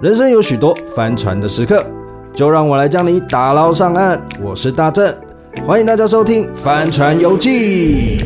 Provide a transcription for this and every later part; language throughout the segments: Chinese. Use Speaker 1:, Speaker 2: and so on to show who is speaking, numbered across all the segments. Speaker 1: 人生有许多翻船的时刻，就让我来将你打捞上岸。我是大正，欢迎大家收听《帆船游记》。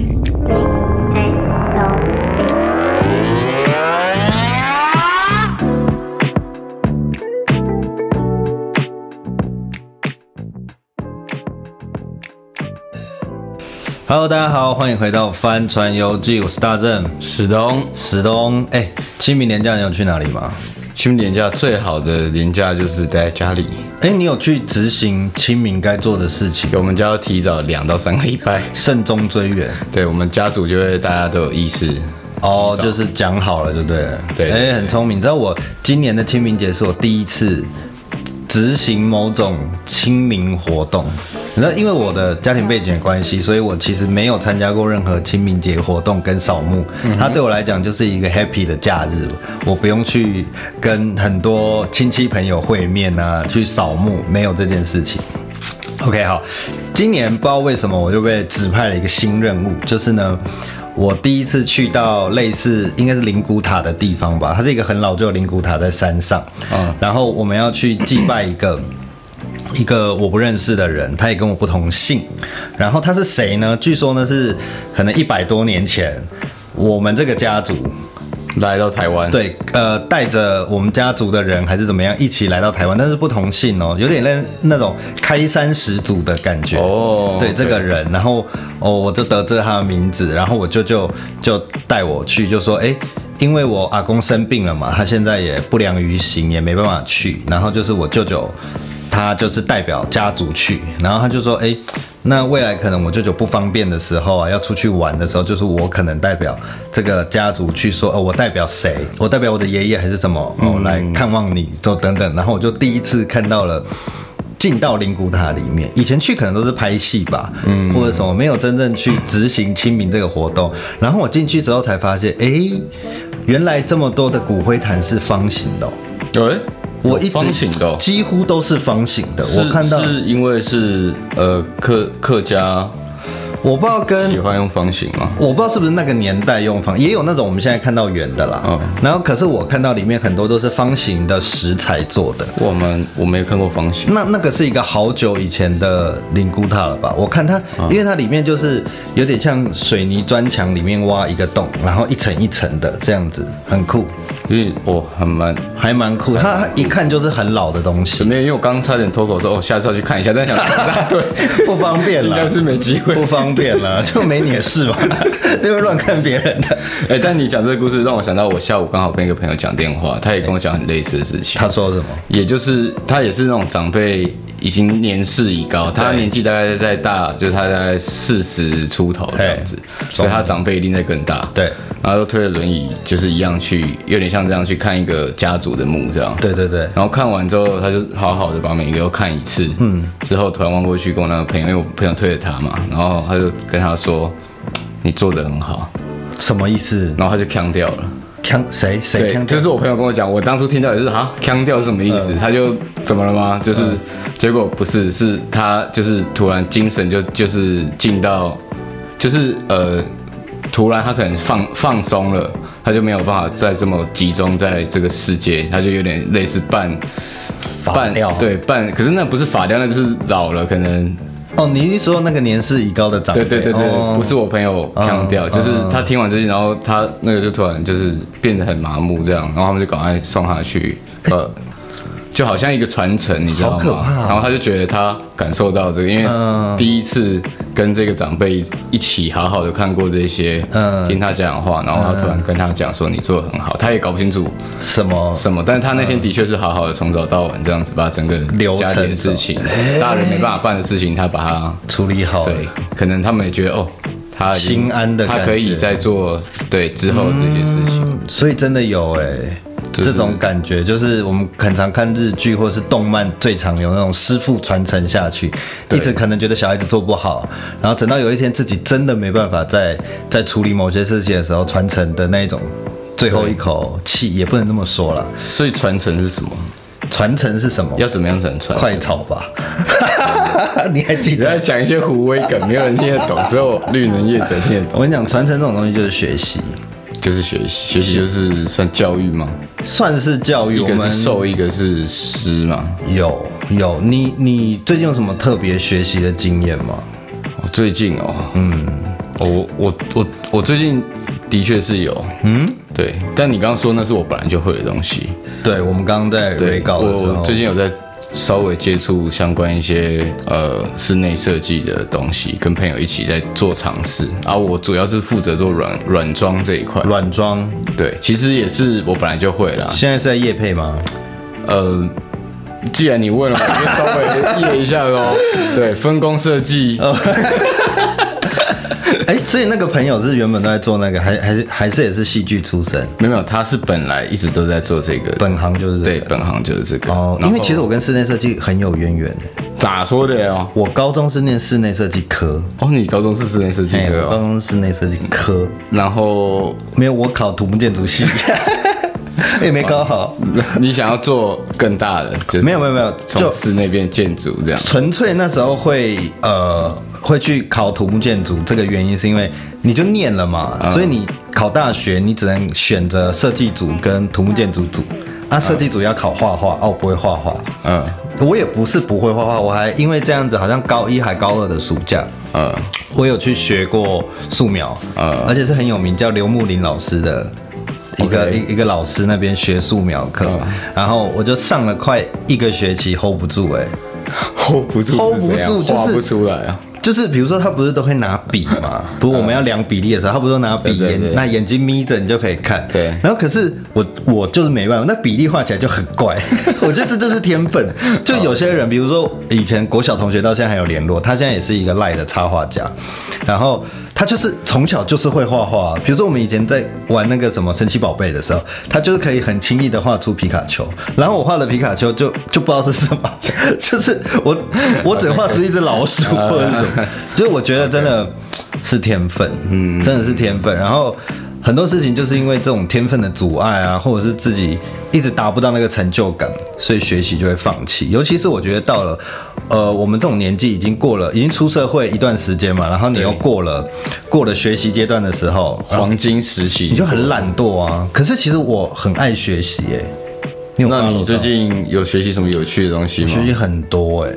Speaker 1: Hello，大家好，欢迎回到《帆船游记》，我是大正
Speaker 2: 史东，
Speaker 1: 史东。哎、清明年假你有去哪里吗？
Speaker 2: 清明年假最好的年假就是待在家里，
Speaker 1: 哎、你有去执行清明该做的事情，
Speaker 2: 我们家要提早两到三个礼拜。
Speaker 1: 慎终追远。
Speaker 2: 对我们家族就会大家都有意识，
Speaker 1: 哦，就是讲好了就对了。
Speaker 2: 对
Speaker 1: 哎、
Speaker 2: 对
Speaker 1: 很聪明。你知道我今年的清明节是我第一次执行某种清明活动。你知道，因为我的家庭背景的关系，所以我其实没有参加过任何清明节活动跟扫墓。它对我来讲就是一个 happy 的假日，我不用去跟很多亲戚朋友会面啊，去扫墓，没有这件事情。OK，好，今年不知道为什么我就被指派了一个新任务，就是呢，我第一次去到类似应该是灵骨塔的地方吧，它是一个很老旧的灵骨塔在山上，
Speaker 2: 嗯
Speaker 1: 然后我们要去祭拜一个。一个我不认识的人，他也跟我不同姓，然后他是谁呢？据说呢是可能一百多年前，我们这个家族
Speaker 2: 来到台湾，，
Speaker 1: 对，呃，带着我们家族的人还是怎么样，一起来到台湾，但是不同姓哦，有点那那种开山始祖的感觉
Speaker 2: 哦
Speaker 1: 对这个
Speaker 2: 对
Speaker 1: 人，然后哦，我就得知他的名字，然后我舅舅就带我去，就说哎。因为我阿公生病了嘛，他现在也不良于行，也没办法去。然后就是我舅舅，他就是代表家族去，然后他就说：“哎，那未来可能我舅舅不方便的时候啊，要出去玩的时候，就是我可能代表这个家族去说，哦，我代表谁？我代表我的爷爷还是什么？哦，来看望你，就等等。然后我就第一次看到了。”进到灵骨塔里面，以前去可能都是拍戏吧，嗯，或者什么，没有真正去执行清明这个活动。然后我进去之后才发现，诶，原来这么多的骨灰坛是方形的哦、
Speaker 2: 哎，
Speaker 1: 我一直
Speaker 2: 方形的哦、
Speaker 1: 几乎都是方形的。
Speaker 2: 是
Speaker 1: 我看到，
Speaker 2: 是因为是呃客客家
Speaker 1: 我不知道跟
Speaker 2: 喜欢用方形嘛，
Speaker 1: 我不知道是不是那个年代用方，也有那种我们现在看到圆的啦。
Speaker 2: 嗯
Speaker 1: 然后可是我看到里面很多都是方形的石材做的。
Speaker 2: 我们我没有看过方形，
Speaker 1: 那那个是一个好久以前的灵骨塔了吧？我看它，
Speaker 2: 嗯
Speaker 1: 因为它里面就是有点像水泥砖墙里面挖一个洞，然后一层一层的这样子，很酷，
Speaker 2: 因为我很蛮。
Speaker 1: 还蛮酷。
Speaker 2: 嗯
Speaker 1: 它它一看就是很老的东西
Speaker 2: 没，有，因为我刚刚差点脱口说，哦，下次要去看一下，但想对，
Speaker 1: 不方便
Speaker 2: 应
Speaker 1: 啦，
Speaker 2: 该是没机会
Speaker 1: 不。方便啦，就没你的事嘛，那边乱看别人的。
Speaker 2: 哎、但你讲这个故事，让我想到我下午刚好跟一个朋友讲电话，他也跟我讲很类似的事情。
Speaker 1: 他说什么？
Speaker 2: 也就是他也是那种长辈，已经年事已高，他年纪大概在大，就是他大概四十出头这样子
Speaker 1: 嘿，
Speaker 2: 所以他长辈一定在更大。
Speaker 1: 对
Speaker 2: 然后就推着轮椅，就是一样去，有点像这样去看一个家族的墓这样。
Speaker 1: 对对对，
Speaker 2: 然后看完之后，他就好好的把每一个都看一次。嗯，之后突然望过去，跟我那个朋友，因为我朋友推着他嘛，然后他就跟他说：“你做的很好。
Speaker 1: 什么意思”？
Speaker 2: 然后他就呛掉了。
Speaker 1: 呛谁谁
Speaker 2: 对
Speaker 1: 呛，
Speaker 2: 这是我朋友跟我讲，我当初听到也是哈，腔调是什么意思？他就怎么了吗？就是、结果不是，是他就是突然精神就就是进到，就是呃，突然他可能放放松了，他就没有办法再这么集中在这个世界，他就有点类似半
Speaker 1: 法
Speaker 2: 半
Speaker 1: 掉？，
Speaker 2: 对半，可是那不是法掉，那就是老了，可能
Speaker 1: 哦，你是说那个年事已高的长辈？
Speaker 2: 对对对对，
Speaker 1: 哦
Speaker 2: 不是我朋友腔调，就是他听完这些，然后他那个就突然就是变得很麻木这样，然后他们就赶快送他去，呃，就好像一个传承，你知道
Speaker 1: 哎好
Speaker 2: 吗？
Speaker 1: 可怕哦
Speaker 2: 然后他就觉得他感受到这个，因
Speaker 1: 嗯
Speaker 2: 为第一次跟这个长辈一起好好的看过这些，
Speaker 1: 嗯
Speaker 2: 听他讲话，然后他突然跟他讲说你做的很好，他也搞不清楚
Speaker 1: 什么？
Speaker 2: 什么，但是他那天的确是好好的从早到晚这样子把整个
Speaker 1: 流程哎
Speaker 2: 家里的事情，大人没办法办的事情，他把它。
Speaker 1: 处理好了
Speaker 2: 对，可能他们也觉得哦，他已经
Speaker 1: 心安的感觉嗯
Speaker 2: 他可以再做对之后这些事情。
Speaker 1: 所以真的有哎、
Speaker 2: 就是
Speaker 1: 这种感觉就是我们很常看日剧或是动漫，最常有那种师傅传承下去，一
Speaker 2: 对
Speaker 1: 直可能觉得小孩子做不好，然后等到有一天自己真的没办法再在处理某些事情的时候，传承的那一种最后一口气，也不能这么说啦。
Speaker 2: 所以传承是什么？
Speaker 1: 传承是什么？
Speaker 2: 要怎么样才能传
Speaker 1: 快
Speaker 2: 承？
Speaker 1: 炒吧，你还记
Speaker 2: 你在
Speaker 1: 得？
Speaker 2: 讲一些胡威梗，没有人听得懂，只有绿能业者听得懂。
Speaker 1: 我跟你讲，传承这种东西就是学习。
Speaker 2: 就是学习，学习就是算教育嘛，
Speaker 1: 算是教育。
Speaker 2: 一
Speaker 1: 我
Speaker 2: 个
Speaker 1: 们
Speaker 2: 是受，一个是师嘛。
Speaker 1: 有有，你你最近有什么特别学习的经验吗？
Speaker 2: 我最近哦，嗯，我我我我最近的确是有，嗯，对，但你刚刚说那是我本来就会的东西，
Speaker 1: 对，我们刚刚在
Speaker 2: 对，
Speaker 1: 围稿的时
Speaker 2: 我
Speaker 1: 候，
Speaker 2: 我最近有在稍微接触相关一些呃室内设计的东西，跟朋友一起在做尝试，啊，我主要是负责做软软装这一块，
Speaker 1: 软装
Speaker 2: 对，其实也是我本来就会啦，
Speaker 1: 现在是在夜配 吗？
Speaker 2: 呃。既然你问了，我就稍微列一下 喽。对，分工设计，
Speaker 1: 哦哎、所以那个朋友是原本都在做那个，还还是还是也是戏剧出身，
Speaker 2: 没有没有，他是本来一直都在做这个，
Speaker 1: 本行就是这
Speaker 2: 对，
Speaker 1: 个。
Speaker 2: 本行就是这个。
Speaker 1: 哦，
Speaker 2: 然
Speaker 1: 因
Speaker 2: 后
Speaker 1: 为其实我跟室内设计很有渊源。
Speaker 2: 咋说的哦？
Speaker 1: 我高中是念室内设计科，
Speaker 2: 哦，你高中是室内设计
Speaker 1: 哎、
Speaker 2: 科
Speaker 1: 我高
Speaker 2: 哦，
Speaker 1: 中是室内设计科，
Speaker 2: 然后
Speaker 1: 没有我考土木建筑系，
Speaker 2: 哦
Speaker 1: 也没考好。
Speaker 2: 你想要做更大的，就是
Speaker 1: 没有没有没有，
Speaker 2: 从
Speaker 1: 就
Speaker 2: 室内变建筑这样。
Speaker 1: 纯粹那时候会呃会去考土木建筑，这个原因是因为你就念了嘛，
Speaker 2: 嗯
Speaker 1: 所以你考大学你只能选择设计组跟土木建筑组。啊，设计组要考画画，哦，我不会画画。
Speaker 2: 嗯
Speaker 1: 我也不是不会画画，我还因为这样子，好像高一还高二的暑假，
Speaker 2: 嗯，
Speaker 1: 我有去学过素描，
Speaker 2: 嗯
Speaker 1: 而且是很有名，叫刘木林老师的一个
Speaker 2: OK 嗯
Speaker 1: 一一个老师那边学素描课，然后我就上了快一个学期，hold 不住哎、
Speaker 2: hold 不住
Speaker 1: hold 不
Speaker 2: 是怎样
Speaker 1: 住就是
Speaker 2: 画不出来啊。
Speaker 1: 就是比如说他不是都会拿笔嘛，不过我们要量比例的时候，他不是都拿笔
Speaker 2: 对对
Speaker 1: 眼
Speaker 2: 对
Speaker 1: 那眼睛眯着你就可以看，
Speaker 2: 对
Speaker 1: 然后可是我我就是没办法，那比例画起来就很怪， 我觉得这就是天分。就有些人，比如说以前国小同学到现在还有联络，他现在也是一个赖的插画家，然后他就是从小就是会画画。比如说我们以前在玩那个什么神奇宝贝的时候，他就是可以很轻易的画出皮卡丘，然后我画的皮卡丘就就不知道是什么， 就是我我只画出一只老鼠或者是什么，就是我觉得真的是天分，嗯，真的是天分，然后。很多事情就是因为这种天分的阻碍啊，或者是自己一直达不到那个成就感，所以学习就会放弃。尤其是我觉得到了，呃，我们这种年纪已经过了，已经出社会一段时间嘛，然后你又过了过了学习阶段的时候，
Speaker 2: 黄金时期，
Speaker 1: 你就很懒惰啊。可是其实我很爱学习耶、你有
Speaker 2: 那
Speaker 1: follow 到
Speaker 2: 你最近有学习什么有趣的东西
Speaker 1: 学
Speaker 2: 吗？
Speaker 1: 习很多哎、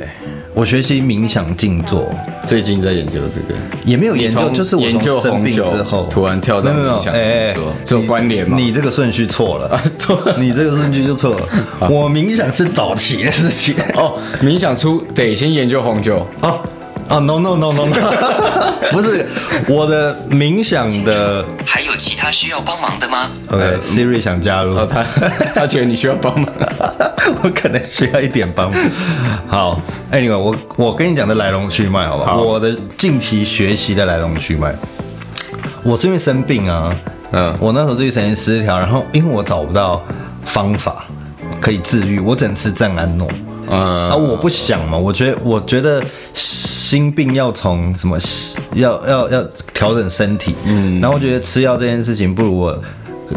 Speaker 1: 我学习冥想静坐，
Speaker 2: 最近在研究这个，
Speaker 1: 也没有研究，
Speaker 2: 从
Speaker 1: 就是我
Speaker 2: 研究
Speaker 1: 从生病
Speaker 2: 红酒
Speaker 1: 之后
Speaker 2: 突然跳到
Speaker 1: 没有没有
Speaker 2: 冥想
Speaker 1: 哎哎
Speaker 2: 静坐这有
Speaker 1: 你
Speaker 2: 关联吗
Speaker 1: 你这个顺序错了，
Speaker 2: 错了
Speaker 1: 你这个顺序就错了。我冥想是早期的事情。
Speaker 2: 哦，冥想出得先研究红酒，
Speaker 1: 哦哦，no no no no no，不 是我的冥想的。
Speaker 3: 还有其他需要帮忙的吗？
Speaker 1: OK Siri 想加入，
Speaker 2: 哦，他 他觉得你需要帮忙。
Speaker 1: 我可能需要一点帮忙。好，Anyway，我我跟你讲的来龙去脉，好不好？
Speaker 2: 好
Speaker 1: 我的近期学习的来龙去脉，我是因为生病啊，
Speaker 2: 嗯
Speaker 1: 我那时候自己神经失调，然后因为我找不到方法可以治愈，我只能吃赞安诺。啊，
Speaker 2: 嗯，
Speaker 1: 我不想嘛，我觉得我觉得心病要从什么要要要调整身体，嗯，然后我觉得吃药这件事情不如我。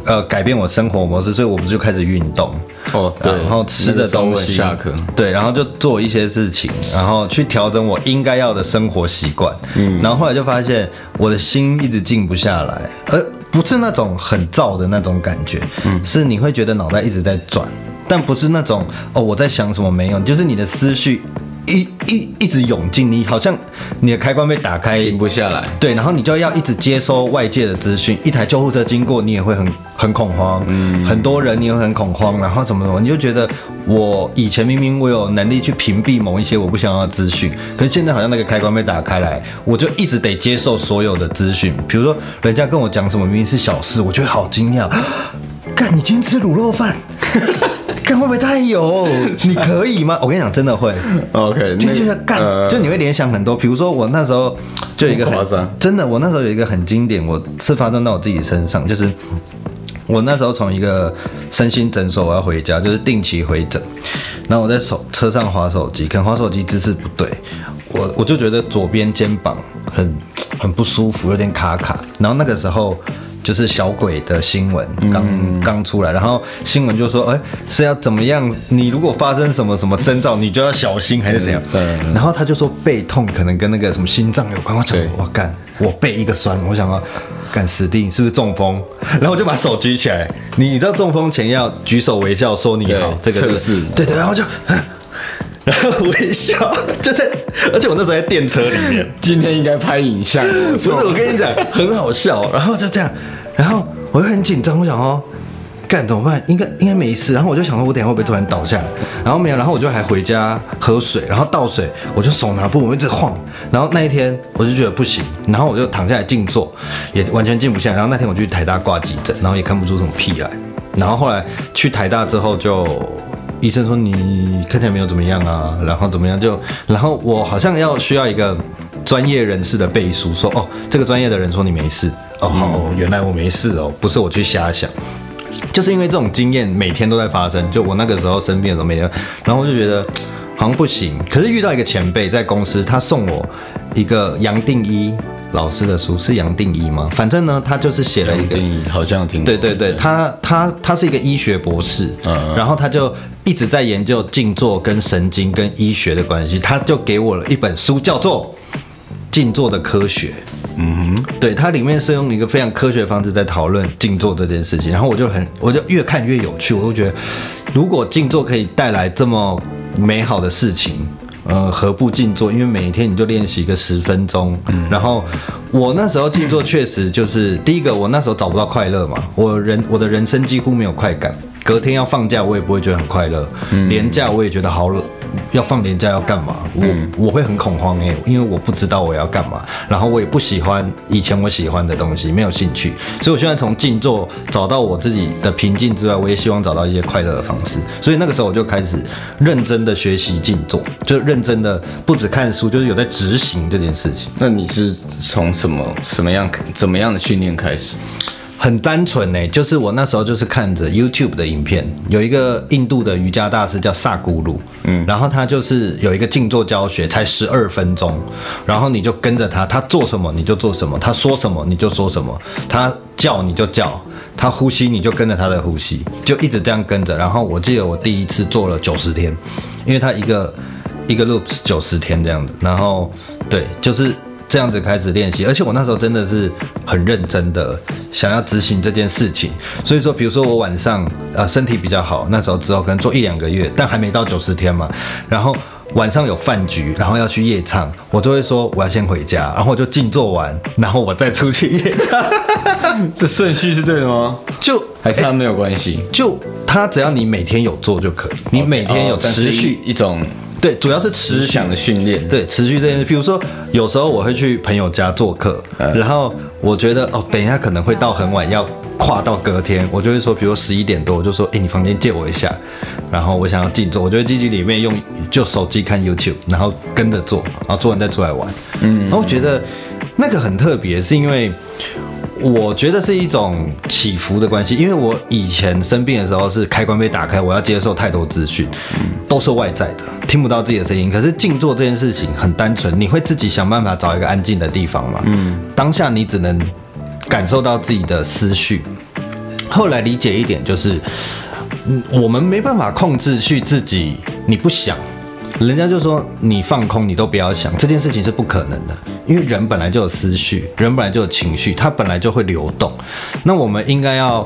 Speaker 1: 呃，改变我生活模式，所以我不就开始运动，
Speaker 2: 哦，对，
Speaker 1: 然后吃
Speaker 2: 那
Speaker 1: 的
Speaker 2: 个时候
Speaker 1: 东
Speaker 2: 我很
Speaker 1: 西，
Speaker 2: 下课，
Speaker 1: 对，然后就做一些事情，然后去调整我应该要的生活习惯。嗯，然后后来就发现我的心一直静不下来，而不是那种很燥的那种感觉，嗯，是你会觉得脑袋一直在转，但不是那种哦我在想什么没用，就是你的思绪一一一直涌进，你好像你的开关被打开，
Speaker 2: 停不下来。
Speaker 1: 对，然后你就要一直接收外界的资讯，一台救护车经过，你也会很很恐慌，嗯，很多人你也会很恐慌，然后怎么怎么，你就觉得我以前明明我有能力去屏蔽某一些我不想要的资讯，可是现在好像那个开关被打开来，我就一直得接受所有的资讯，比如说人家跟我讲什么明明是小事，我觉得好惊讶， 干你今天吃卤肉饭， 干会不会太油？你可以吗？我跟你讲，真的会。
Speaker 2: OK，
Speaker 1: 就觉得
Speaker 2: 那
Speaker 1: 干，
Speaker 2: 呃
Speaker 1: 就你会联想很多。比如说我那时候就有一个
Speaker 2: 这么夸
Speaker 1: 很
Speaker 2: 张
Speaker 1: 真的，我那时候有一个很经典，我是发生到我自己身上，就是我那时候从一个身心诊所我要回家，就是定期回诊，然后我在手车上划手机，可能划手机姿势不对，我我就觉得左边肩膀很很不舒服，有点卡卡，然后那个时候。就是小鬼的新闻刚
Speaker 2: 嗯
Speaker 1: 刚出来，然后新闻就说，哎、是要怎么样？你如果发生什么什么征兆，你就要小心还是怎样？
Speaker 2: 嗯对
Speaker 1: 然后他就说背痛可能跟那个什么心脏有关，我想
Speaker 2: 对
Speaker 1: 我干，我背一个酸，我想要干死定，是不是中风？ 然后我就把手举起来，你你知道中风前要举手微笑说你好，这
Speaker 2: 对
Speaker 1: 个是不是
Speaker 2: 测试
Speaker 1: 对对，然后就。 然后微笑，就在，而且我那时候在电车里面，
Speaker 2: 今天应该拍影像， 不
Speaker 1: 不是，我跟你讲，很好笑。然后就这样，然后我就很紧张，我想哦，干怎么办？应该应该没事。然后我就想说，我等一下会不会突然倒下来？然后没有，然后我就还回家喝水，然后倒水，我就手拿不稳，我一直晃。然后那一天我就觉得不行，然后我就躺下来静坐，也完全静不下来。然后那天我去台大挂急诊，然后也看不出什么屁来。然后后来去台大之后就。医生说你看起来没有怎么样啊，然后怎么样就，然后我好像要需要一个专业人士的背书，说哦，这个专业的人说你没事，哦，好，原来我没事哦，不是我去瞎想，就是因为这种经验每天都在发生，就我那个时候生病的时候每天，然后我就觉得好像不行，可是遇到一个前辈在公司，他送我一个杨定一老师的书，是杨定一吗？反正呢，他就是写了一个。
Speaker 2: 你好像挺
Speaker 1: 对对对，他他他是一个医学博士，
Speaker 2: 嗯
Speaker 1: 然后他就一直在研究静坐跟神经跟医学的关系，他就给我了一本书，叫做《静坐的科学》。嗯哼，对，它里面是用一个非常科学的方式在讨论静坐这件事情，然后我就很，我就越看越有趣，我就觉得，如果静坐可以带来这么美好的事情，呃，何不静坐？因为每天你就练习个十分钟。然后我那时候静坐确实就是第一个，我那时候找不到快乐嘛，我人我的人生几乎没有快感。隔天要放假，我也不会觉得很快乐。年假我也觉得好，要放年假要干嘛？我、我会很恐慌哎、因为我不知道我要干嘛，然后我也不喜欢以前我喜欢的东西，没有兴趣。所以我现在从静坐找到我自己的平静之外，我也希望找到一些快乐的方式。所以那个时候我就开始认真的学习静坐，就认真的不只看书，就是有在执行这件事情。
Speaker 2: 那你是从什么什么样怎么样的训练开始？
Speaker 1: 很单纯呢、就是我那时候就是看着 YouTube 的影片，有一个印度的瑜伽大师叫萨古鲁，嗯，然后他就是有一个静坐教学，才十二分钟，然后你就跟着他，他做什么你就做什么，他说什么你就说什么，他叫你就叫，他呼吸你就跟着他的呼吸，就一直这样跟着。然后我记得我第一次做了九十天，因为他一个一个 loop 九十天这样子，然后对，就是这样子开始练习，而且我那时候真的是很认真的想要执行这件事情，所以说，比如说我晚上呃身体比较好，那时候之后可能做一两个月，但还没到九十天嘛，然后。晚上有饭局，然后要去夜唱，我就会说我要先回家，然后我就静坐完，然后我再出去夜唱，
Speaker 2: 这顺序是对的吗？
Speaker 1: 就哎
Speaker 2: 还是它没有关系？
Speaker 1: 就他只要你每天有做就可以，你每天有
Speaker 2: 哦但
Speaker 1: 持
Speaker 2: 是
Speaker 1: 续，
Speaker 2: 一一种
Speaker 1: 对，主要是持
Speaker 2: 思
Speaker 1: 续
Speaker 2: 想的训练。
Speaker 1: 对，持续这件事，比如说有时候我会去朋友家做客，然后我觉得哦，等一下可能会到很晚，要跨到隔天，我就会说，比如十一点多，我就说，哎，你房间借我一下，然后我想要静坐，我就会进去里面用就手机看 YouTube，然后跟着做，然后做完再出来玩，嗯，然后我觉得那个很特别，是因为。我觉得是一种起伏的关系，因为我以前生病的时候是开关被打开，我要接受太多资讯，都是外在的，听不到自己的声音。可是静坐这件事情很单纯，你会自己想办法找一个安静的地方嘛。嗯，当下你只能感受到自己的思绪。后来理解一点就是，嗯，我们没办法控制去自己，你不想。人家就说你放空，你都不要想这件事情是不可能的，因为人本来就有思绪，人本来就有情绪，它本来就会流动。那我们应该要，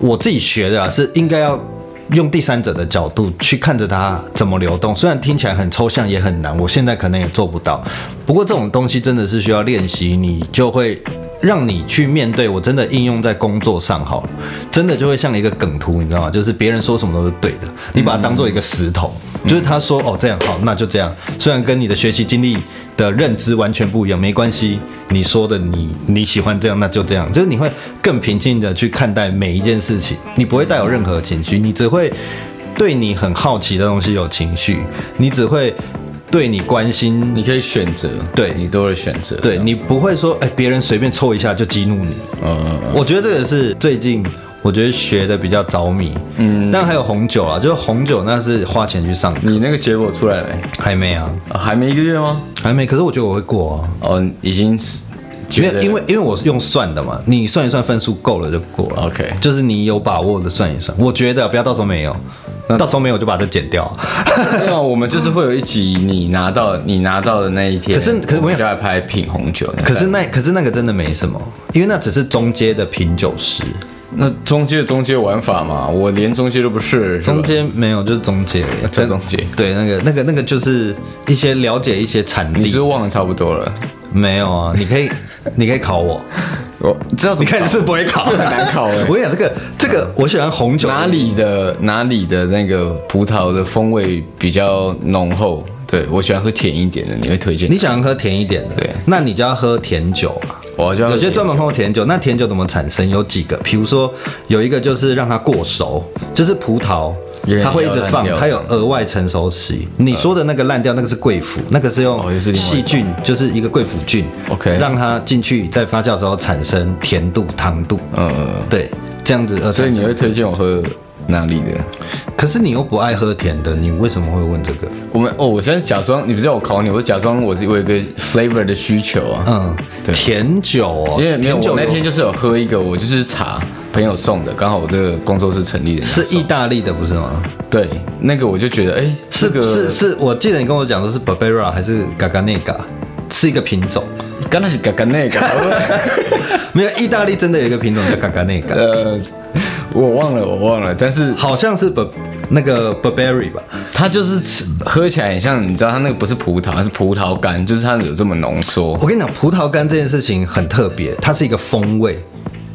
Speaker 1: 我自己学的啊，是应该要用第三者的角度去看着它怎么流动。虽然听起来很抽象，也很难，我现在可能也做不到。不过这种东西真的是需要练习，你就会让你去面对。我真的应用在工作上好了，真的就会像一个梗图，你知道吗？就是别人说什么都是对的，你把它当做一个石头，就是他说哦这样好，那就这样。虽然跟你的学习经历的认知完全不一样，没关系。你说的你你喜欢这样，那就这样。就是你会更平静的去看待每一件事情，你不会带有任何情绪，你只会对你很好奇的东西有情绪，你只会对你关心
Speaker 2: 你可以选择，
Speaker 1: 对
Speaker 2: 你多了选择。
Speaker 1: 对你不会说，哎，别人随便凑一下就激怒你。
Speaker 2: 嗯，
Speaker 1: 我觉得这个是最近我觉得学的比较着迷，嗯，但还有红酒啊，就是红酒那是花钱去上课，
Speaker 2: 你那个结果出来了没？
Speaker 1: 还没啊，
Speaker 2: 啊还没一个月吗？
Speaker 1: 还没。可是我觉得我会过啊，
Speaker 2: 哦，已经是
Speaker 1: 因
Speaker 2: 觉得
Speaker 1: 为因为因为我是用算的嘛，你算一算分数够了就过了
Speaker 2: OK
Speaker 1: 啊就是你有把握的算一算。我觉得不要到时候没有，到时候没有我就把它剪掉。 啊
Speaker 2: 没有，我们就是会有一集你拿 到你拿到的那一天，
Speaker 1: 可是可是我
Speaker 2: 我们
Speaker 1: 想
Speaker 2: 就来拍品红酒。
Speaker 1: 可是那可是那个真的没什么，因为那只是中阶的品酒师，
Speaker 2: 那中介中介玩法嘛，我连中介都不是，是吧啊
Speaker 1: 中嗯间没有就是中阶，
Speaker 2: 这中阶
Speaker 1: 对那个那个那个就是一些了解一些产
Speaker 2: 你是不
Speaker 1: 地
Speaker 2: 是，忘了差不多了。
Speaker 1: 没有啊？你可以你可以考 我，
Speaker 2: 我知道怎
Speaker 1: 你
Speaker 2: 么搞
Speaker 1: 看你是不会考，
Speaker 2: 这很难考哎
Speaker 1: 我跟你讲这个这个我喜欢红酒，
Speaker 2: 哪里的哪里的那个葡萄的风味比较浓厚，对我喜欢喝甜一点的，你会推荐？
Speaker 1: 你想喝甜一点的，
Speaker 2: 对
Speaker 1: 那你就要喝甜酒啊。
Speaker 2: 我就要
Speaker 1: 有些专
Speaker 2: 门
Speaker 1: 门喝甜酒，那甜酒怎么产生？有几个，比如说有一个就是让它过熟，就是葡萄
Speaker 2: 有点
Speaker 1: 它会一直
Speaker 2: 要烂
Speaker 1: 放
Speaker 2: 掉，
Speaker 1: 它有额外成熟期。你说的那个烂掉，那个是贵腐，那个是用
Speaker 2: 哦又是另外一
Speaker 1: 细
Speaker 2: 种
Speaker 1: 菌，就是一个贵腐菌
Speaker 2: OK
Speaker 1: 让它进去在发酵的时候产生甜度、糖度，
Speaker 2: 呃，
Speaker 1: 对，这样子而
Speaker 2: 所以
Speaker 1: 产
Speaker 2: 你
Speaker 1: 生。
Speaker 2: 会推荐我喝哪里的？
Speaker 1: 可是你又不爱喝甜的，你为什么会问这个？
Speaker 2: 我们哦，我现在假装你不是叫我考你，我假装我是我有一个 flavor 的需求啊，
Speaker 1: 嗯，
Speaker 2: 对
Speaker 1: 甜酒哦，
Speaker 2: 因为没有
Speaker 1: 甜酒
Speaker 2: 我那天
Speaker 1: 有
Speaker 2: 就是有喝一个，我就是查朋友送的，刚好我这个工作室成立的
Speaker 1: 是
Speaker 2: 一
Speaker 1: 意大利的，不是吗？
Speaker 2: 对那个我就觉得哎，
Speaker 1: 是
Speaker 2: 这个
Speaker 1: 是是，我记得你跟我讲的是 Barbera 还是 Gaganega，是一个品 种。
Speaker 2: 刚开始嘎嘎 那个，
Speaker 1: 没有，意大利真的有一个品种叫 Gaganega，
Speaker 2: 呃，我忘了我忘了，但是
Speaker 1: 好像是 Bar 那个 Barberi 吧？
Speaker 2: 它就是吃喝起来很像，你知道它那个不是葡萄，它是葡萄干，就是它有这么浓缩
Speaker 1: 我。跟你讲，葡萄干这件事情很特别，它是一个风味。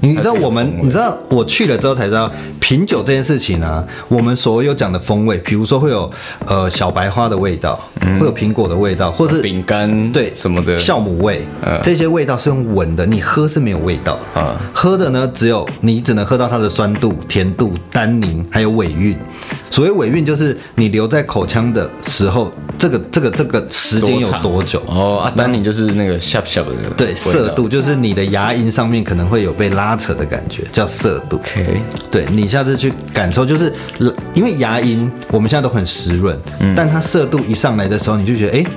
Speaker 1: 你知道我们
Speaker 2: 它是一个风，味
Speaker 1: 你知道我去了之后才知道，品酒这件事情啊，我们所有讲的风味，比如说会有呃小白花的味道，
Speaker 2: 嗯
Speaker 1: 会有苹果的味道，或是
Speaker 2: 饼干
Speaker 1: 对
Speaker 2: 什么的
Speaker 1: 酵母味，
Speaker 2: 嗯
Speaker 1: 这些味道是用闻的，你喝是没有味道的，
Speaker 2: 嗯
Speaker 1: 喝的呢只有你只能喝到它的酸度、甜度、单宁还有尾韵。所谓尾韵就是你留在口腔的时候，这个这个这个时间有
Speaker 2: 长
Speaker 1: 多久？
Speaker 2: 哦，啊，丹宁就是那个 sharp sharp 的
Speaker 1: 对，涩
Speaker 2: 味道。
Speaker 1: 度就是你的牙龈上面可能会有被拉扯的感觉，叫涩度。
Speaker 2: OK，
Speaker 1: 对你下次去感受，就是因为牙龈我们现在都很湿润，
Speaker 2: 嗯
Speaker 1: 但它涩度一上来的时候，你就觉得哎、诶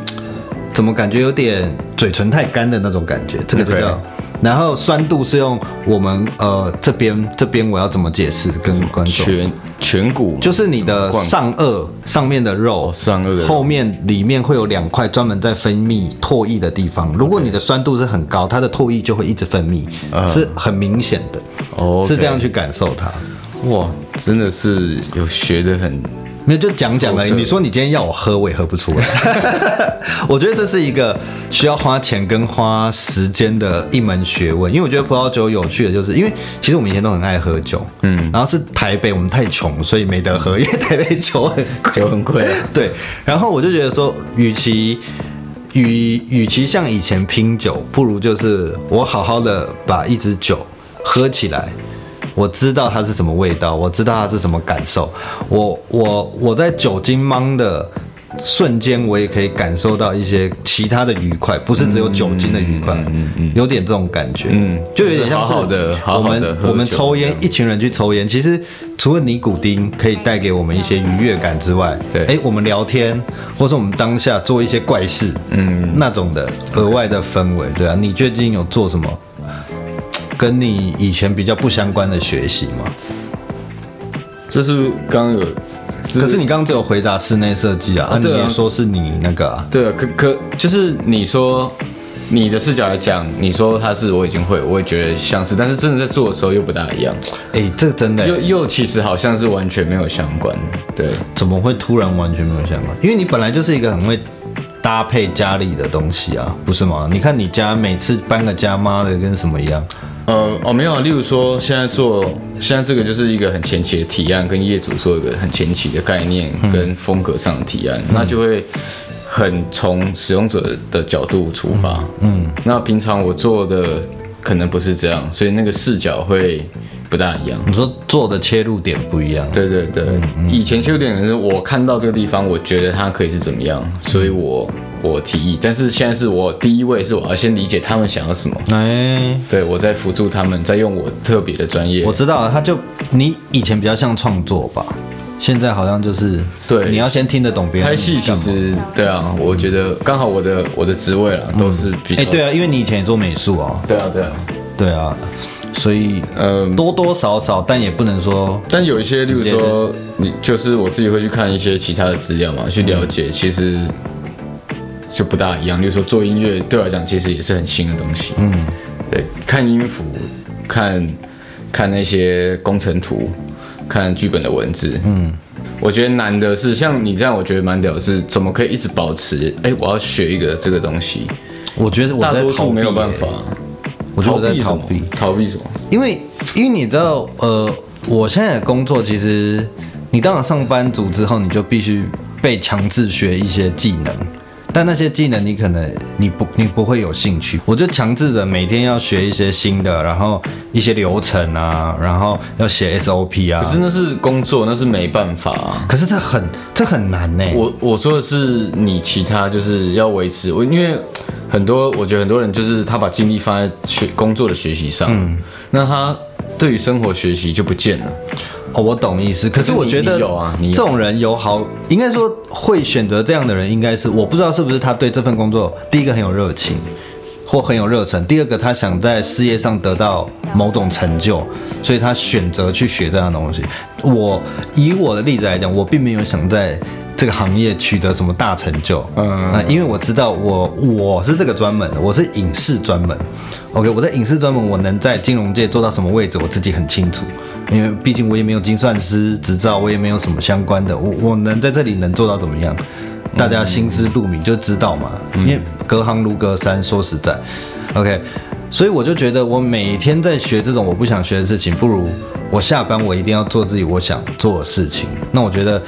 Speaker 1: 怎么感觉有点嘴唇太干的那种感觉，这个就
Speaker 2: OK
Speaker 1: 叫。然后酸度是用我们呃这边这边我要怎么解释跟观众？
Speaker 2: 颧颧骨
Speaker 1: 就是你的上颚上面的肉，
Speaker 2: 哦上颚的肉
Speaker 1: 后面里面会有两块专门在分泌唾液的地方。如果你的酸度是很高，它的唾液就会一直分泌，
Speaker 2: 嗯
Speaker 1: 是很明显的。
Speaker 2: 哦
Speaker 1: 是这样去感受它。
Speaker 2: 哇，真的是有学的 很
Speaker 1: 没有就讲讲而已。
Speaker 2: 透彻
Speaker 1: 你说你今天要我喝，我也喝不出来。 我觉得这是一个需要花钱跟花时间的一门学问，因为我觉得葡萄酒有趣的就是，因为其实我们以前都很爱喝酒，嗯，然后是台北我们太穷，所以没得喝，因为台北酒很贵。
Speaker 2: 酒很贵啊。
Speaker 1: 对，然后我就觉得说，与其与与其像以前拼酒，不如就是我好好的把一支酒喝起来。我知道它是什么味道，我知道它是什么感受。我我我在酒精懵的瞬间，我也可以感受到一些其他的愉快，不是只有酒精的愉快，有点这种感觉，
Speaker 2: 嗯
Speaker 1: 就有点像是
Speaker 2: 就是好好地好
Speaker 1: 我
Speaker 2: 好
Speaker 1: 们
Speaker 2: 地喝
Speaker 1: 我们
Speaker 2: 酒
Speaker 1: 抽烟
Speaker 2: 这样，
Speaker 1: 一群人去抽烟，其实除了尼古丁可以带给我们一些愉悦感之外，
Speaker 2: 对
Speaker 1: 哎，我们聊天，或是我们当下做一些怪事，嗯，那种的额外的氛围，对啊，你最近有做什么跟你以前比较不相关的学习吗？
Speaker 2: 这是刚刚有，
Speaker 1: 可是你刚刚只有回答室内设计啊，啊，你
Speaker 2: 对啊
Speaker 1: 也说是你那个啊，
Speaker 2: 对，可可就是你说你的视角来讲，你说它是我已经会，我也觉得像是，但是真的在做的时候又不大一样，
Speaker 1: 哎，这真的
Speaker 2: 又
Speaker 1: 诶
Speaker 2: 又其实好像是完全没有相关。对，
Speaker 1: 怎么会突然完全没有相关？因为你本来就是一个很会。搭配家里的东西啊，不是吗？你看你家每次搬个家，妈的跟什么一样。
Speaker 2: 呃，哦，没有啊，例如说现在做现在这个就是一个很前期的提案，跟业主做一个很前期的概念跟风格上的提案，那就会很从使用者的角度出发。嗯，那平常我做的可能不是这样，所以那个视角会不大一样。
Speaker 1: 你说做的切入点不一样，
Speaker 2: 对对对，以前就有点是我看到这个地方，我觉得它可以是怎么样，所以我我提议。但是现在是我第一位是我要先理解他们想要什么，
Speaker 1: 哎，
Speaker 2: 对我在辅助他们，在用我特别的专业
Speaker 1: 我。知道了，他就你以前比较像创作吧，现在好像就是
Speaker 2: 对
Speaker 1: 你要先听得懂别人
Speaker 2: 拍戏其
Speaker 1: 干嘛。
Speaker 2: 实对啊，我觉得刚好我的我的职位啦，都是比较
Speaker 1: 哎啊哎，对啊，因为你以前也做美术哦，
Speaker 2: 对啊对啊，
Speaker 1: 对啊，所以
Speaker 2: 嗯
Speaker 1: 多多少少，但也不能说
Speaker 2: 但有一些，例如说，你就是我自己会去看一些其他的资料
Speaker 1: 嗯
Speaker 2: 嘛，去了解，其实就不大一样。例如说做音乐，对我来讲其实也是很新的东西。嗯，对，看音符，看看那些工程图，看剧本的文字，嗯。我觉得难的是，像你这样，我觉得蛮屌的是，怎么可以一直保持？哎、我要学一个这个东西，
Speaker 1: 我觉得我
Speaker 2: 大
Speaker 1: 在
Speaker 2: 多
Speaker 1: 逃避，
Speaker 2: 数
Speaker 1: 欸
Speaker 2: 没有办法。
Speaker 1: 我觉得我在
Speaker 2: 什
Speaker 1: 逃
Speaker 2: 么
Speaker 1: 避，？
Speaker 2: 逃避什么？
Speaker 1: 因为因为你知道，呃，我现在的工作其实，你当了上班族之后，你就必须被强制学一些技能，但那些技能你可能你不你不会有兴趣，我就强制着每天要学一些新的，然后一些流程啊，然后要写 SOP 啊。
Speaker 2: 可是那是工作，那是没办法啊。
Speaker 1: 可是这很这很难呢、
Speaker 2: 我我说的是你其他就是要维持我，因为很多我觉得很多人就是他把精力放在学工作的学习上，那他对于生活学习就不见了。
Speaker 1: 哦，我懂意思，可是
Speaker 2: 可是
Speaker 1: 我
Speaker 2: 你
Speaker 1: 觉得
Speaker 2: 你有啊你有
Speaker 1: 这种人有好，应该说会选择这样的人，应该是我不知道是不是他对这份工作，第一个很有热情，或很有热忱；第二个他想在事业上得到某种成就，所以他选择去学这样的东西。我以我的例子来讲，我并没有想在。这个行业取得什么大成就？
Speaker 2: 嗯
Speaker 1: 那因为我知道我我是这个专门的，我是影视专门。OK，我在影视专门，我能在金融界做到什么位置，我自己很清楚，因为毕竟我也没有精算师执照，我也没有什么相关的，我我能在这里能做到怎么样，大家心知肚明就知道嘛。因为隔行如隔山，说实在，OK，所以我就觉得我每天在学这种我不想学的事情，不如我下班我一定要做自己我想做的事情。那我觉得。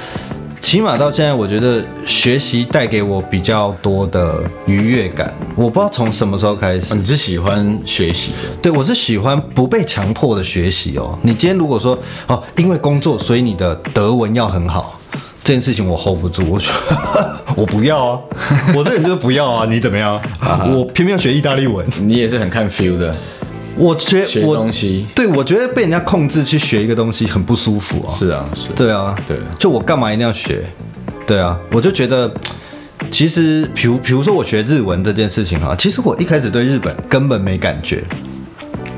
Speaker 1: 起码到现在，我觉得学习带给我比较多的愉悦感。我不知道从什么时候开始，
Speaker 2: 哦你是喜欢学习的，
Speaker 1: 对我是喜欢不被强迫的学习哦。你今天如果说哦，因为工作，所以你的德文要很好，这件事情我 hold 不住。我说 我不要啊，我这人就是不要啊，你怎么 样？我偏偏要学意大利文。
Speaker 2: 你也是很看 feel 的，
Speaker 1: 我觉
Speaker 2: 学
Speaker 1: 我
Speaker 2: 东西
Speaker 1: 对我觉得被人家控制去学一个东西很不舒服哦。
Speaker 2: 是啊，是啊。
Speaker 1: 对啊，
Speaker 2: 对
Speaker 1: 就我干嘛一定要学？对啊，我就觉得，其实，比如，比如说我学日文这件事情啊哈，其实我一开始对日本根本没感觉，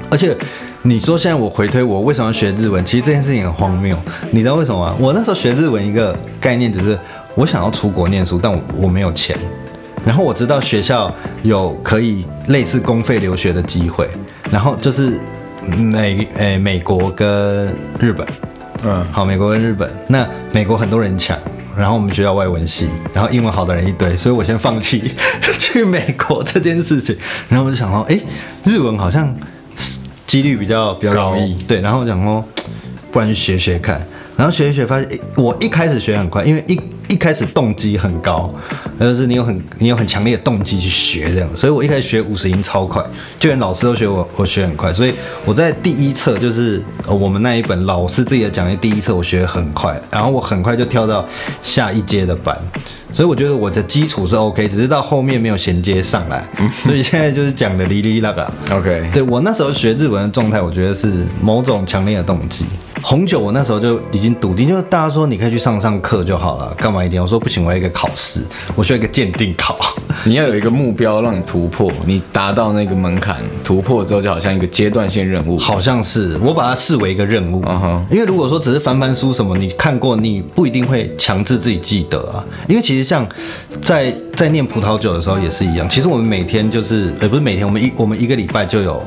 Speaker 1: 而且你说现在我回推我为什么要学日文，其实这件事情很荒谬，你知道为什么吗？我那时候学日文一个概念只是我想要出国念书，但我我没有钱。然后我知道学校有可以类似公费留学的机会，然后就是美诶、美国跟日本，
Speaker 2: 嗯
Speaker 1: 好，美国跟日本，那美国很多人抢，然后我们学校外文系，然后英文好的人一堆，所以我先放弃 去美国这件事情。然后我就想说，哎、日文好像是几率比较比
Speaker 2: 较容易
Speaker 1: 对。然后我想说，不然去学学看。然后学一学，发现诶我一开始学很快，因为一一开始动机很高，就是你有很你有很强烈的动机去学这样，所以我一开始学五十音超快，就连老师都学我我学很快，所以我在第一册就是呃我们那一本老师自己的讲义第一册我学得很快，然后我很快就跳到下一阶的班，所以我觉得我的基础是 OK，只是到后面没有衔接上来，所以现在就是讲的哩哩啦啦。
Speaker 2: OK，
Speaker 1: 对我那时候学日文的状态，我觉得是某种强烈的动机。红酒我那时候就已经笃定，就是大家说你可以去上上课就好了，干嘛一定要？我说不行，我要一个考试，我需要一个鉴定考。
Speaker 2: 你要有一个目标让你突破，你达到那个门槛，突破之后就好像一个阶段性任务。
Speaker 1: 好像是我把它视为一个任务
Speaker 2: 嗯哼
Speaker 1: 因为如果说只是翻翻书什么，你看过，你不一定会强制自己记得啊。因为其实像在在念葡萄酒的时候也是一样，其实我们每天就是，呃，不是每天，我们一我们一个礼拜就有。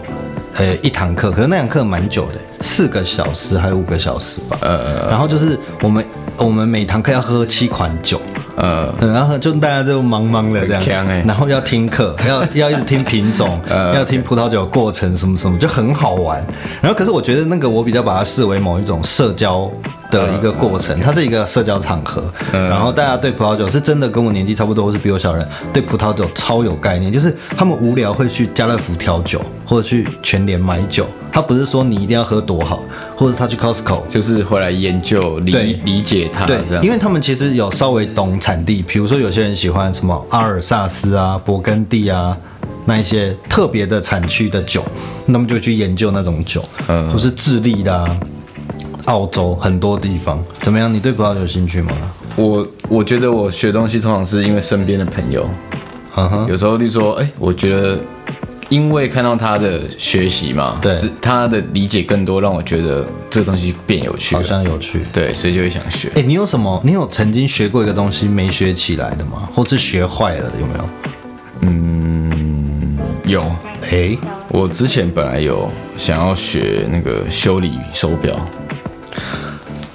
Speaker 1: 呃，一堂课，可是那堂课蛮久的，四个小时还是五个小时吧。呃，然后就是我们我们每堂课要喝七款酒，
Speaker 2: 呃，
Speaker 1: 嗯，然后就大家就忙忙的这样，
Speaker 2: 很强欸
Speaker 1: 然后要听课，要要一直听品种，
Speaker 2: 呃
Speaker 1: 要听葡萄酒的过程什么什么，就很好玩。然后可是我觉得那个我比较把它视为某一种社交的
Speaker 2: 呃
Speaker 1: 一个过程，它是一个社交场合。然后大家对葡萄酒是真的跟我年纪差不多，或是比我小的人，对葡萄酒超有概念，就是他们无聊会去家乐福调酒，或者去全联买酒。他不是说你一定要喝多好，或者他去 Costco
Speaker 2: 就是回来研究理
Speaker 1: 对
Speaker 2: 理解它
Speaker 1: 对
Speaker 2: 啊这，样。
Speaker 1: 因为他们其实有稍微懂产地，比如说有些人喜欢什么阿尔萨斯啊、勃艮第啊那一些特别的产区的酒，那么就去研究那种酒，
Speaker 2: 嗯
Speaker 1: 或是智利的、啊、澳洲很多地方。怎么样？你对葡萄酒有兴趣吗？
Speaker 2: 我我觉得我学东西通常是因为身边的朋友，
Speaker 1: 嗯哼，
Speaker 2: 有时候例如说，哎、我觉得因为看到他的学习嘛，
Speaker 1: 对
Speaker 2: 是他的理解更多，让我觉得这个东西变有趣
Speaker 1: 好
Speaker 2: 了。
Speaker 1: 像有趣。
Speaker 2: 对，所以就会想学。
Speaker 1: 哎、你有什么？你有曾经学过一个东西没学起来的吗？或是学坏了的有没有？
Speaker 2: 有，
Speaker 1: 哎、
Speaker 2: 我之前本来有想要学那个修理手表，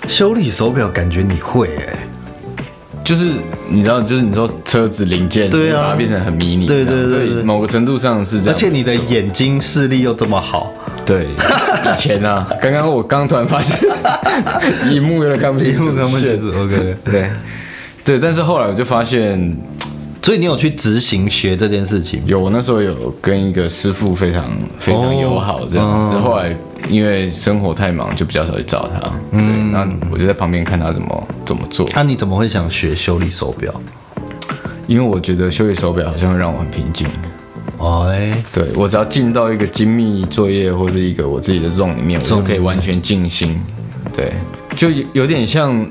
Speaker 1: 修理手表感觉你会哎、
Speaker 2: 就是你知道，就是你说车子零件，
Speaker 1: 对啊
Speaker 2: 把它变成很迷你，
Speaker 1: 对对
Speaker 2: 这样
Speaker 1: 对对对
Speaker 2: 某个程度上是这
Speaker 1: 而
Speaker 2: 样。
Speaker 1: 且你的眼睛视力又这么 好，
Speaker 2: 对以前 啊，刚刚我刚突然发现 荧幕有点看不清
Speaker 1: 屏
Speaker 2: 楚，
Speaker 1: 幕看不清
Speaker 2: shit
Speaker 1: 楚。OK，
Speaker 2: 对对，但是后来我就发现，
Speaker 1: 所以你有去执行学这件事情吗？
Speaker 2: 有我那时候有跟一个师傅非常非常友好这样子，
Speaker 1: 哦
Speaker 2: 后来因为生活太忙，就比较少去找他。对，那我就在旁边看他怎么怎么做，
Speaker 1: 啊那、你怎么会想学修理手表？
Speaker 2: 因为我觉得修理手表好像会让我很平静。
Speaker 1: 哦，哎、
Speaker 2: 对我只要进到一个精密作业或是一个我自己的 zone 里面，我就可以完全静心。对，就有有点像，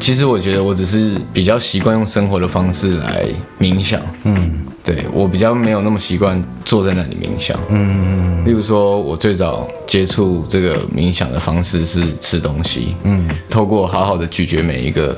Speaker 2: 其实我觉得我只是比较习惯用生活的方式来冥想。嗯，对我比较没有那么习惯坐在那里冥想。嗯，例如说，我最早接触这个冥想的方式是吃东西。嗯，透过好好的咀嚼每一个。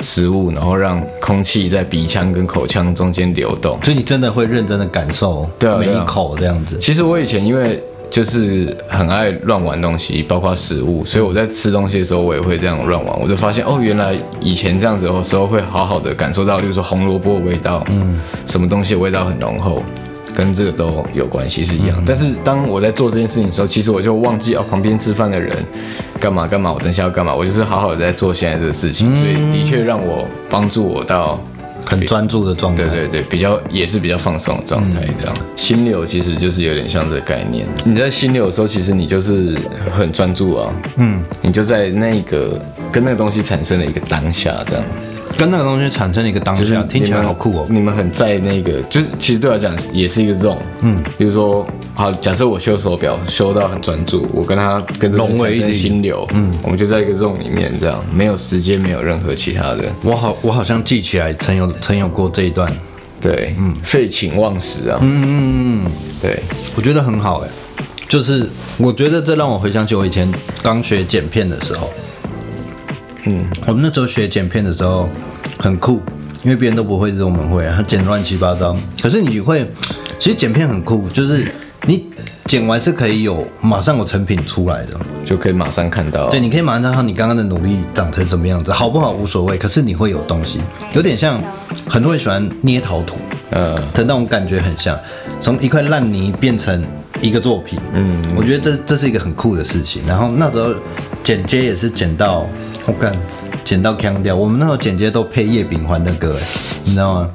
Speaker 2: 食物，然后让空气在鼻腔跟口腔中间流动，
Speaker 1: 所以你真的会认真的感受
Speaker 2: 对啊
Speaker 1: 每
Speaker 2: 对
Speaker 1: 一
Speaker 2: 啊
Speaker 1: 口这样子。
Speaker 2: 其实我以前因为就是很爱乱玩东西，包括食物，所以我在吃东西的时候，我也会这样乱玩。我就发现哦，原来以前这样子的时候，会好好的感受到，例如说红萝卜的味道，嗯，什么东西的味道很浓厚。跟这个都有关系是一样，但是当我在做这件事情的时候，其实我就忘记哦，旁边吃饭的人干嘛干嘛，我等一下要干嘛，我就是好好的在做现在这个事情，所以的确让我帮助我到
Speaker 1: 很专注的状态。
Speaker 2: 对对对，比较也是比较放松的状态，这样。嗯心流其实就是有点像这个概念。你在心流的时候，其实你就是很专注啊，嗯，你就在那个跟那个东西产生了一个当下，这样。
Speaker 1: 跟那个东西产生了一个当
Speaker 2: 就是啊
Speaker 1: 下，听起来
Speaker 2: 你
Speaker 1: 好
Speaker 2: 们
Speaker 1: 酷哦。
Speaker 2: 你们很在那个，就是其实对我来讲也是一个这种，嗯，比如说，好，假设我修手表修到很专注，我跟他跟这个
Speaker 1: 融为
Speaker 2: 产
Speaker 1: 一体
Speaker 2: 生心流，嗯，我们就在一个这种里面，这样没有时间，没有任何其他的，
Speaker 1: 我好，我好像记起来曾有曾有过这一段，
Speaker 2: 对，嗯，废寝忘食啊，
Speaker 1: 嗯，
Speaker 2: 对，
Speaker 1: 我觉得很好哎、就是我觉得这让我回想起我以前刚学剪片的时候，嗯，我们那时候学剪片的时候很酷，因为别人都不会，只有我们会，啊他剪乱七八糟。可是你会，其实剪片很酷，就是你剪完是可以有马上有成品出来的，
Speaker 2: 就可以马上看到，
Speaker 1: 对，你可以马上看到你刚刚的努力长成什么样子，好不好无所谓，可是你会有东西，有点像很多人喜欢捏陶土
Speaker 2: 呃，
Speaker 1: 的那种感觉，很像从一块烂泥变成一个作品。嗯，我觉得这这是一个很酷的事情。然后那时候剪接也是剪到我干、剪到腔调，我们那时候剪接都配叶秉欢的歌，你知道 吗？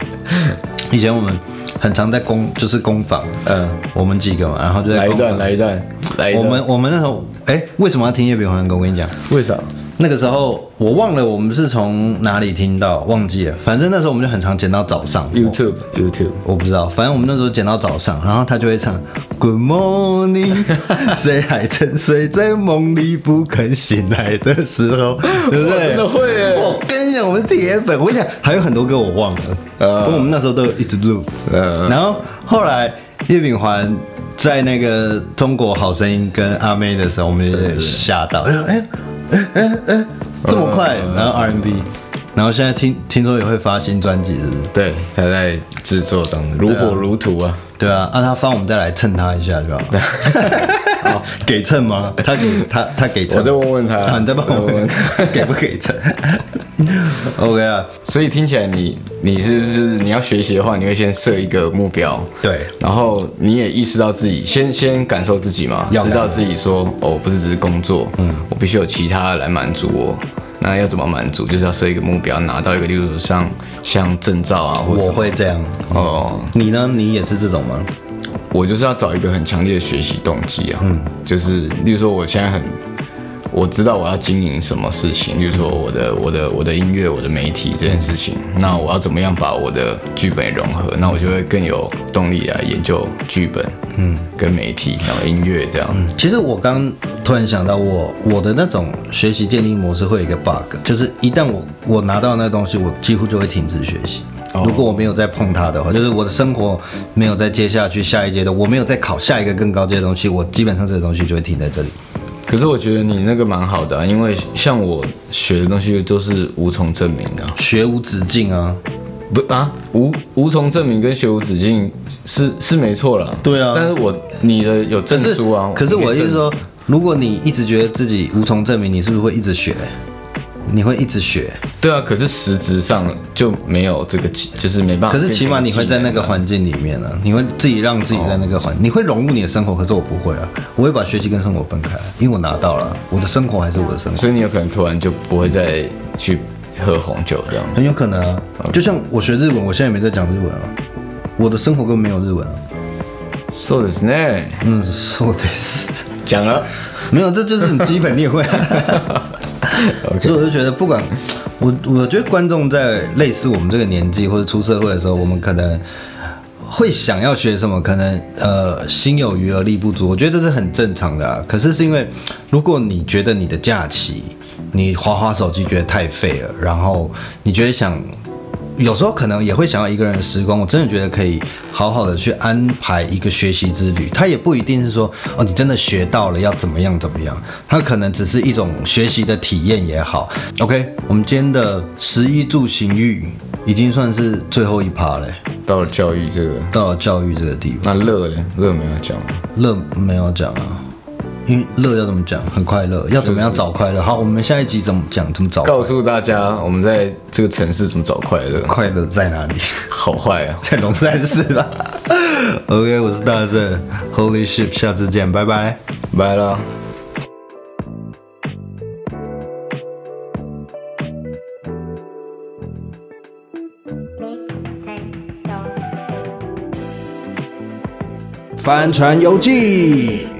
Speaker 1: 以前我们很常在工就是工坊，呃
Speaker 2: 嗯
Speaker 1: 我们几个嘛，然后就在
Speaker 2: 来一
Speaker 1: 工
Speaker 2: 段，
Speaker 1: 坊
Speaker 2: 来一段，来一
Speaker 1: 我
Speaker 2: 段。
Speaker 1: 们我们那时候，哎、为什么要听叶秉欢的歌？我跟你讲。
Speaker 2: 为啥？
Speaker 1: 那个时候我忘了我们是从哪里听到，忘记了。反正那时候我们就很常剪到早上。
Speaker 2: YouTube YouTube
Speaker 1: 我不知道，反正我们那时候剪到早上，然后他就会唱 Good morning，谁还沉睡在梦里不肯醒来的时候， 对不对？
Speaker 2: 真的会耶
Speaker 1: 我跟你讲，我们铁粉，我跟你讲，还有很多歌我忘了，
Speaker 2: 呃
Speaker 1: 跟我们那时候都有一直录。
Speaker 2: 呃
Speaker 1: 然后后来叶秉环在那个《中国好声音》跟阿妹的时候，我们有点吓到，
Speaker 2: 呃
Speaker 1: 哎哎哎哎哎，这么快，然后 R&B，然后现在听听说也会发新专辑，是不是？
Speaker 2: 对，他在制作当中，如火如荼啊。
Speaker 1: 对啊，按、他发我们再来蹭他一下就 好了。好，给蹭吗？他给他他给蹭，
Speaker 2: 我再问问他
Speaker 1: 啊、你再帮我
Speaker 2: 我再问
Speaker 1: 问给不给蹭 ？OK 啊，
Speaker 2: 所以听起来你你是就是你要学习的话，你会先设一个目标，
Speaker 1: 对
Speaker 2: 然后你也意识到自己，先先感受自己嘛，
Speaker 1: 要
Speaker 2: 知道自己说哦，我不是只是工作，嗯，我必须有其他来满足我。那要怎么满足？就是要设一个目标，拿到一个，例如说像像证照啊，或者什
Speaker 1: 我
Speaker 2: 么
Speaker 1: 会这样。
Speaker 2: 哦，
Speaker 1: 你呢？你也是这种吗？
Speaker 2: 我就是要找一个很强烈的学习动机啊，就是例如说我现在很，我知道我要经营什么事情，例如说我的我的我的音乐、我的媒体这件事情，那我要怎么样把我的剧本融合，那我就会更有动力来研究剧本，嗯，跟媒体，然后音乐这样，
Speaker 1: 其实我刚突然想到我，我的那种学习建立模式会有一个 bug，就是一旦我我拿到那个东西，我几乎就会停止学习。
Speaker 2: 哦
Speaker 1: 如果我没有再碰它的话，就是我的生活没有再接下去下一阶段，我没有再考下一个更高阶的东西，我基本上这个东西就会停在这里。
Speaker 2: 可是我觉得你那个蛮好的、啊，因为像我学的东西都是无从证明的啊、
Speaker 1: 学无止境啊，
Speaker 2: 不啊，无无从证明跟学无止境是是没错了。
Speaker 1: 对啊
Speaker 2: 但是我你的有证
Speaker 1: 是
Speaker 2: 书啊。
Speaker 1: 可是我的
Speaker 2: 可
Speaker 1: 意
Speaker 2: 以
Speaker 1: 思
Speaker 2: 证，
Speaker 1: 说，如果你一直觉得自己无从证明，你是不是会一直学？你会一直学，
Speaker 2: 对啊，可是实质上就没有这个技，就是没办
Speaker 1: 可
Speaker 2: 法变成
Speaker 1: 是
Speaker 2: 技
Speaker 1: 起
Speaker 2: 能啊。
Speaker 1: 码你会在那个环境里面啊，你会自己让自己在那个环，你会融入你的生活。可是我不会啊，我会把学习跟生活分开，因为我拿到了我的生活还是我的生活。
Speaker 2: 啊所以你有可能突然就不会再去喝红酒这样。
Speaker 1: 很有可能啊。就像我学日文，我现在也没在讲日文啊，我的生活根本没有日文啊。
Speaker 2: そうですね。
Speaker 1: 嗯，说的是，
Speaker 2: 讲了，
Speaker 1: 没有，这就是很基本，你也会、啊。所以我就觉得，不管我，我觉得观众在类似我们这个年纪或者出社会的时候，我们可能会想要学什么，可能呃心有余而力不足，我觉得这是很正常的、啊。可是是因为，如果你觉得你的假期你滑滑手机觉得太废了，然后你觉得想有时候可能也会想要一个人的时光，我真的觉得可以好好的去安排一个学习之旅。它也不一定是说哦，你真的学到了要怎么样怎么样，它可能只是一种学习的体验也好。OK，我们今天的食衣住行育已经算是最后一趴嘞，
Speaker 2: 到了教育这个，
Speaker 1: 到了教育这个地方，
Speaker 2: 那乐呢？乐没有讲吗？
Speaker 1: 乐没有讲啊。因为乐要怎么讲？很快乐，要怎么样找快乐？好，我们下一集怎么讲？怎么找快乐
Speaker 2: 告诉大家我们在这个城市怎么找快乐，
Speaker 1: 快乐在哪里？
Speaker 2: 好坏啊。
Speaker 1: 在龙山寺吧。OK，我是大正，Holy Ship，下次见，拜拜。
Speaker 2: 拜了。
Speaker 1: 帆船游记。